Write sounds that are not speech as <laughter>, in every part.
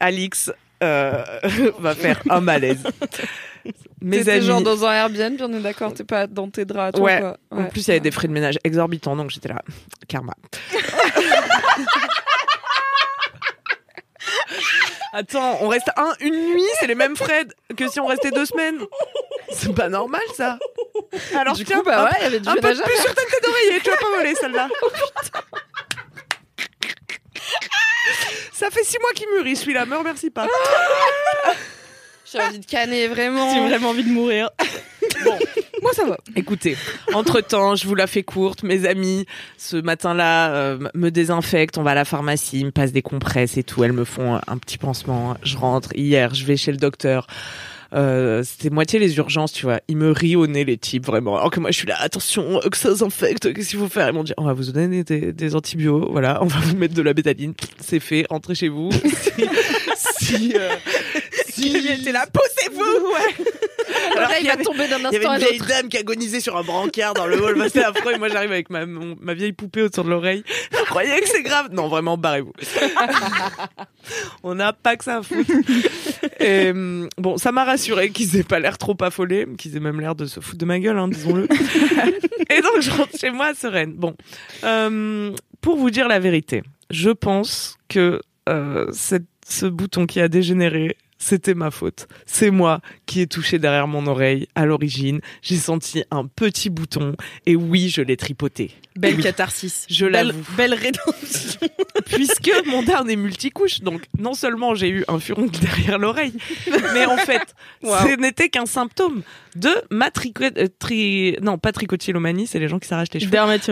Alix euh, <laughs> va faire un malaise. Mes T'étais amis. genre dans un Airbnb, on est d'accord, t'es pas dans tes draps, à toi, Ouais. quoi. En plus, il y avait des frais de ménage exorbitants, donc j'étais là. <laughs> Karma. Attends, on reste un, une nuit, c'est les mêmes frais que si on restait deux semaines. C'est pas normal, ça. Alors, Du tiens, coup, bah un- ouais, il y avait du un peu ménage de Oh, à plus sur ta tête d'oreiller, tu vas pas voler <laughs> celle-là. Ça fait six mois qu'il mûrit celui-là, me remercie pas. J'ai envie de canner, vraiment. J'ai vraiment envie de mourir. Moi, ça va. Écoutez, entre-temps, je vous la fais courte, mes amis. Ce matin-là, euh, me désinfecte, on va à la pharmacie, ils me passent des compresses et tout. Elles me font un petit pansement. Je rentre. Hier, je vais chez le docteur. Euh, C'était moitié les urgences, tu vois. Ils me rient au nez, les types, vraiment. Alors que moi, je suis là, attention, euh, que ça s'infecte, qu'est-ce qu'il faut faire Ils m'ont dit, on va vous donner des, des antibiotiques, voilà, on va vous mettre de la bétaline, c'est fait, rentrez chez vous. <laughs> si. si euh, si j'étais là, poussez-vous Alors Là, qu'il il y va avait- tomber d'un il y avait instant à une vieille l'autre. dame qui agonisait sur un brancard dans le hall. Bah, C'était affreux. Et moi, j'arrive avec ma, mon- ma vieille poupée autour de l'oreille. Vous croyez que c'est grave Non, vraiment, barrez-vous. <laughs> On n'a pas que ça à foutre. Et, hum, bon, ça m'a rassuré qu'ils aient pas l'air trop affolés, qu'ils aient même l'air de se foutre de ma gueule, hein, disons-le. Et donc, je rentre chez moi sereine. Bon, Euh, pour vous dire la vérité, je pense que euh, cette- ce bouton qui a dégénéré, c'était ma faute. C'est moi qui ai touché derrière mon oreille à l'origine. J'ai senti un petit bouton et oui, je l'ai tripoté. Belle catharsis. Je Belle, l'avoue. belle rédemption. <laughs> Puisque mon dard est multicouche, donc non seulement j'ai eu un furoncle <laughs> derrière l'oreille, mais en fait, ce n'était qu'un symptôme de ma trico- euh, tri- non, pas tricotylomanie, c'est les gens qui s'arrachent les cheveux.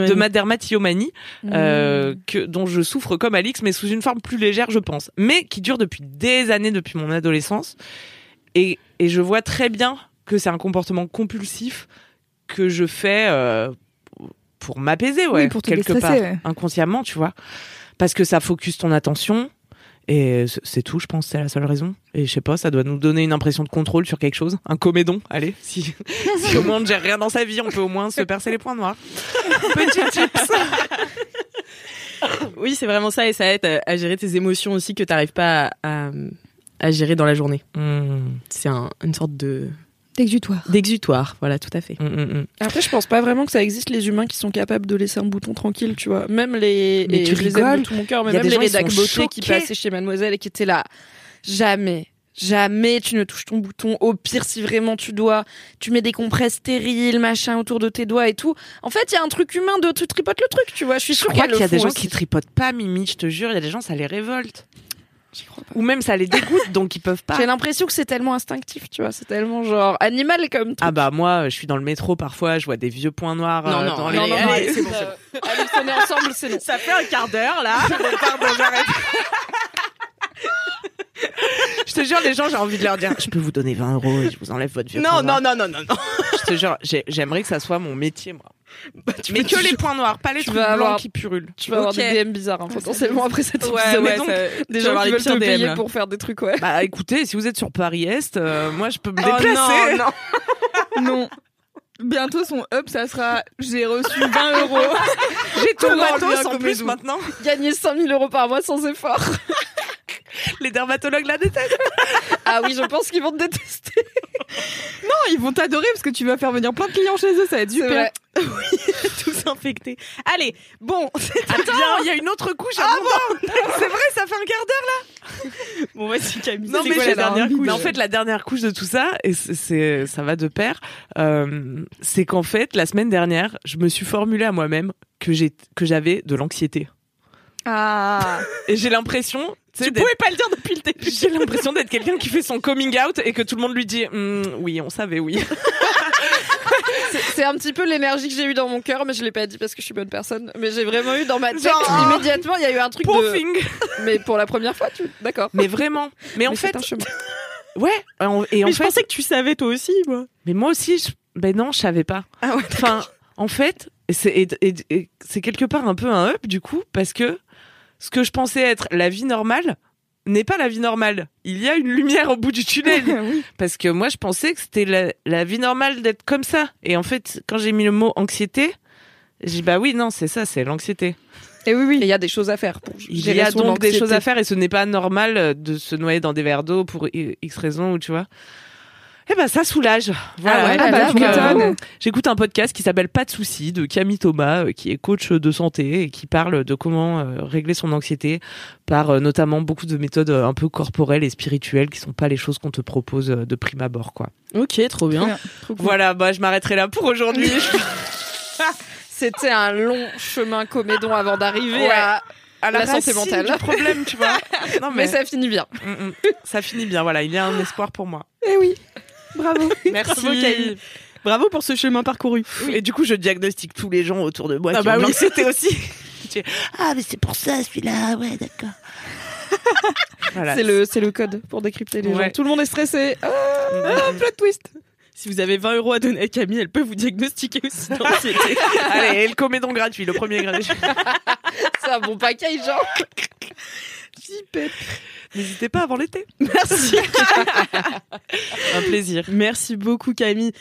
de ma dermatillomanie Mmh. Mm. euh, que dont je souffre comme Alix mais sous une forme plus légère je pense mais qui dure depuis des années depuis mon adolescence et, et je vois très bien que c'est un comportement compulsif que je fais euh, pour m'apaiser ouais Oui, pour te quelque part déstresser, ouais. inconsciemment tu vois parce que ça focus ton attention et c- c'est tout, je pense, c'est la seule raison. Et je sais pas, ça doit nous donner une impression de contrôle sur quelque chose. Un comédon, allez, si, si au moins on ne gère rien dans sa vie, on peut au moins se percer les points <laughs> noirs. Petit tips. Oui, c'est vraiment ça et ça aide euh, à- à gérer tes émotions aussi que t'arrives pas à, à- à gérer dans la journée. Hmm. C'est un- une sorte de D'exutoire. d'exutoire, voilà, tout à fait. Mm, Après, je pense pas vraiment que ça existe les humains qui sont capables de laisser un bouton tranquille, tu vois. Même les. Mais et tu je les aime de rigoles. tout mon cœur, mais Il y a même des les gens, ils sont rédacs beauté qui choqués. passaient chez Mademoiselle et qui étaient là. Jamais, jamais tu ne touches ton bouton. Au pire, si vraiment tu dois, tu mets des compresses stériles, machin, autour de tes doigts et tout. En fait, il y a un truc humain de tu tripotes le truc, tu vois. Je suis Je sûre crois qu'elles qu'il y a le des font gens aussi. qui tripotent pas Mimi, je te jure, il y a des gens ça les révolte. Ou même ça les dégoûte donc ils peuvent pas. J'ai l'impression que c'est tellement instinctif, tu vois. C'est tellement genre animal comme truc. Ah bah moi je suis dans le métro parfois, je vois des vieux points noirs Non, euh, non, dans non, les non, allez, allez, c'est bon. Allez, on est ensemble, <laughs> c'est non. Ça fait un quart d'heure là. Pardon, j'arrête. Je te jure, les gens, j'ai envie de leur dire, je peux vous donner 20 euros et je vous enlève votre vieux point Non, non, noir. non, non, non, non. Je te jure, j'ai- j'aimerais que ça soit mon métier, moi. tu Mais peux que les toujours- points noirs, pas les Tu trucs vas blancs avoir- qui purulent. Tu vas avoir Ok. des DM bizarres, hein, potentiellement après cette épisode. Ouais, ouais, donc, ça- des tu vas gens avoir qui les veulent pires te payer DM, là. pour faire des trucs, ouais. <laughs> Bah écoutez, si vous êtes sur Paris-Est, euh, moi je peux me Oh, non, déplacer. non. Non. Bientôt son up, ça sera j'ai <laughs> reçu 20 euros. J'ai tout le Comment lui matos en raconter plus tout maintenant. Gagner 5000 euros par mois sans effort. Les dermatologues la détestent. <laughs> Ah oui, je pense qu'ils vont te détester. Oh, Ils vont t'adorer parce que tu vas faire venir plein de clients chez eux, ça va être C'est super. vrai. Tous infectés. Allez, bon, Attends, il y a une autre couche à C'est vrai, ça fait un quart d'heure. bon, voici Camille. Non C'est mais quoi j'ai la dernière couche Mais en fait, la dernière couche de tout ça, et c'est- c'est ça va de pair, euh, c'est qu'en fait, la semaine dernière, je me suis formulée à moi-même que j'ai que j'avais de l'anxiété. Ah. <laughs> Et j'ai l'impression, tu sais, Tu d'être- pouvais pas le dire depuis le début. j'ai l'impression d'être quelqu'un qui fait son coming out et que tout le monde lui dit Hum, oui, on savait, oui. C'est- C'est un petit peu l'énergie que j'ai eu dans mon cœur, mais je l'ai pas dit parce que je suis bonne personne. Mais j'ai vraiment eu dans ma tête Genre un- immédiatement, il y a eu un truc de. Poufing. Mais pour la première fois, tu. D'accord. Mais vraiment. Mais en Mais c'est fait, un chemin. ouais. en- Et en Mais je fait, pensais que tu savais toi aussi, moi. mais moi aussi, je... ben non, je savais pas. Ah ouais, Enfin, en fait, c'est et- et- et c'est quelque part un peu un up du coup, parce que ce que je pensais être la vie normale n'est pas la vie normale. Il y a une lumière au bout du tunnel. Parce que moi, je pensais que c'était la, la vie normale d'être comme ça. Et en fait, quand j'ai mis le mot anxiété, j'ai dit, bah oui, non, c'est ça, c'est l'anxiété. Et oui, oui. Il y a des choses à faire pour. Il y gérer a son donc des anxiété. choses à faire et ce n'est pas normal euh, de se noyer dans des verres d'eau pour i- X raison ou tu vois. Eh ben, ça soulage. Voilà. Ah ouais, Ah bah, là, tu Donc, euh, m'étonnes. J'écoute un podcast qui s'appelle Pas de soucis de Camille Thomas, euh, qui est coach de santé et qui parle de comment euh, régler son anxiété par euh, notamment beaucoup de méthodes euh, un peu corporelles et spirituelles qui sont pas les choses qu'on te propose euh, de prime abord, quoi. Ok, trop bien. Voilà, bah je m'arrêterai là pour <laughs> aujourd'hui. C'était un long chemin comédon avant d'arriver Ouais. à. à la santé racine mentale. du problème, tu <laughs> vois. Non Mais mais, ça finit bien. Mm, mm. ça finit bien. Voilà, il y a un espoir pour moi. Eh oui. Bravo. <laughs> Merci. Bravo, Camille. Bravo pour ce chemin parcouru. Et du coup, je diagnostique tous les gens autour de moi. Ah qui bah ont de <laughs> oui. l'anxiété aussi. Je dis, ah, mais c'est pour ça celui-là, ouais, d'accord. Voilà. C'est le, c'est le code pour décrypter les Ouais. gens. Tout le monde est stressé. Ah, Mm, mm. plot twist. <laughs> Si vous avez 20 euros à donner à Camille, elle peut vous diagnostiquer <laughs> aussi l'anxiété. <laughs> Allez, et le comédon gratuit, le premier gratuit. <laughs> C'est un bon package, hein. genre. N'hésitez pas avant l'été. Merci. Un plaisir. Merci beaucoup, Camille.